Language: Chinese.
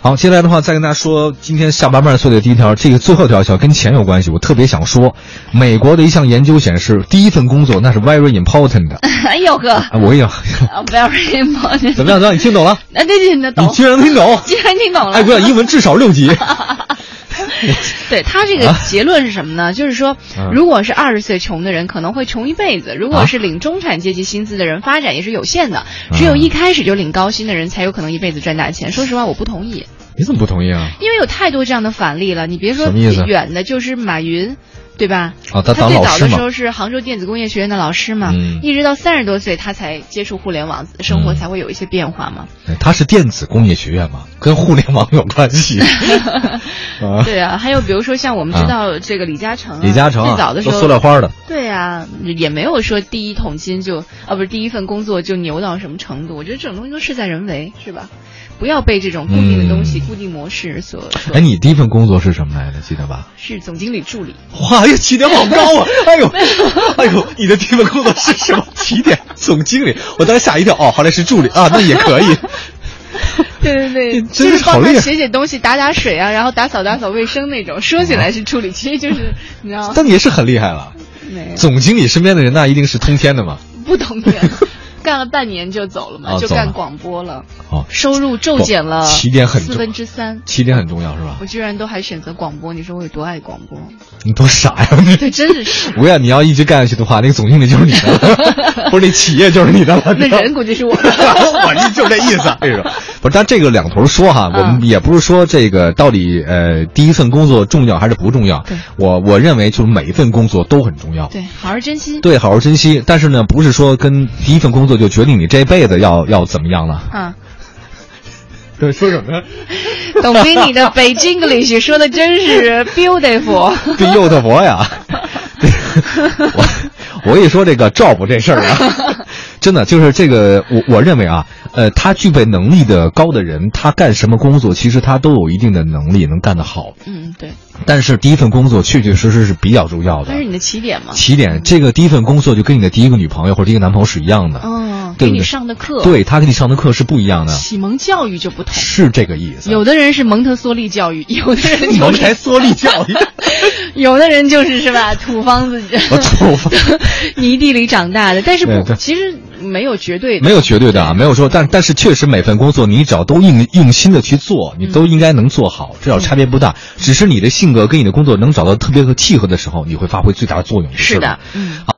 好，接下来的话再跟大家说，今天下班万岁的第一条，这个最后一条消息跟钱有关系，我特别想说，美国的一项研究显示，第一份工作那是 very important 的。哎呦哥啊、我跟你讲，啊，very important。怎么样？怎么样？你听懂了？啊，对对， 那你懂，居然听懂？ 既然听懂了。哎，我想英文至少六 级。对他这个结论是什么呢？就是说啊嗯，如果是二十岁穷的人，可能会穷一辈子；如啊嗯果是领中产阶级薪资的人，发展也是有限的。只有一开始就领高薪的人，才有可能一辈子赚大钱。说实话，我不同意，你怎么不同意啊？因为有太多这样的反例了。你别说什么意思远的，就是马云。对吧？哦他当最老早师的嘛时候是杭州电子工业学院的老师嘛，嗯一直到三十多岁，他才接触互联网，生活嗯才会有一些变化 嘛。哎它是电子工业学院嘛，跟互联网有关 系。啊，对啊，还有比如说像我们知道这个李嘉诚啊、李嘉诚最早啊，的时做候，塑料花 的，对啊，也没有说第一桶金就啊，不是第一份工作就牛到什么程度。我觉得这种东西都事在人为，是吧？不要被这种固定的东西、嗯固定模式所所哎，你第一份工作是什么来着？记得吧？是总经理 助理。哇，这起点好高啊！哎呦，哎呦，你的第一份工作是什么？起点总经理，我当时吓一跳。哦，后来是助理啊，那也可以。对对对，你就真是好帮他厉害写写东西、打打水啊，然后打扫打扫卫生那种。说起哦来是助理，其实就是你知道吗？但也是很厉害了。没有总经理身边的人那一定是通天的嘛。不懂点，干了半年就走了嘛，哦就走了干广播了，哦，收入骤减了不起点很重啊四分之三。起点很重要是吧我？居然都还选择广播，你说我有多爱广 播？你多傻呀！你对，真的是，我想你要一直干下去的话，那个总经理就是你的了，不是那企业就是 你的了。那人估 计是我。我这就这意思， 这个不是，但这个两头说哈，我们嗯也不是说这个到底呃第一份工作重要还是不重要对，我我认为就是每一份工作都很重要，对，好好珍惜。对，好好珍惜。但是呢，不是说跟第一份工作就决定你这辈子要要怎么样了。啊，对， 说什么呢？董斌，你的北京 English 说的 真是 beautiful。跟右特佛 呀。我我跟你说这个 job 这事儿 啊，真的就是这个，我我认为啊，呃，他具备能力的高的人，他干什么工作，其实他都有一定的能力能干得好。嗯，对，但是第一份工作确确实实是比较重要的它是你的啊起点嘛。起点。这个第一份工作就跟你的第一个女朋友或者第一个男朋友是一样的，嗯，对给不你对上的课，，对他跟你上的课是不一样的，启蒙教育就不同。是这个意思。有的人是蒙特梭利教育，有的人 你就们是，才缩力教育， 有的人就是 是吧，土方子我 臭发。泥地里长大的。但是对不，对其实没有绝对 的。没有绝对的啊，没有说，但但是确实每份工作你只要都用用心的去嗯做，你都应该能做好，至少差别不大。只是你的性格跟你的工作能找到特别和契合的时候，你会发挥最大的作用。是吧的，嗯。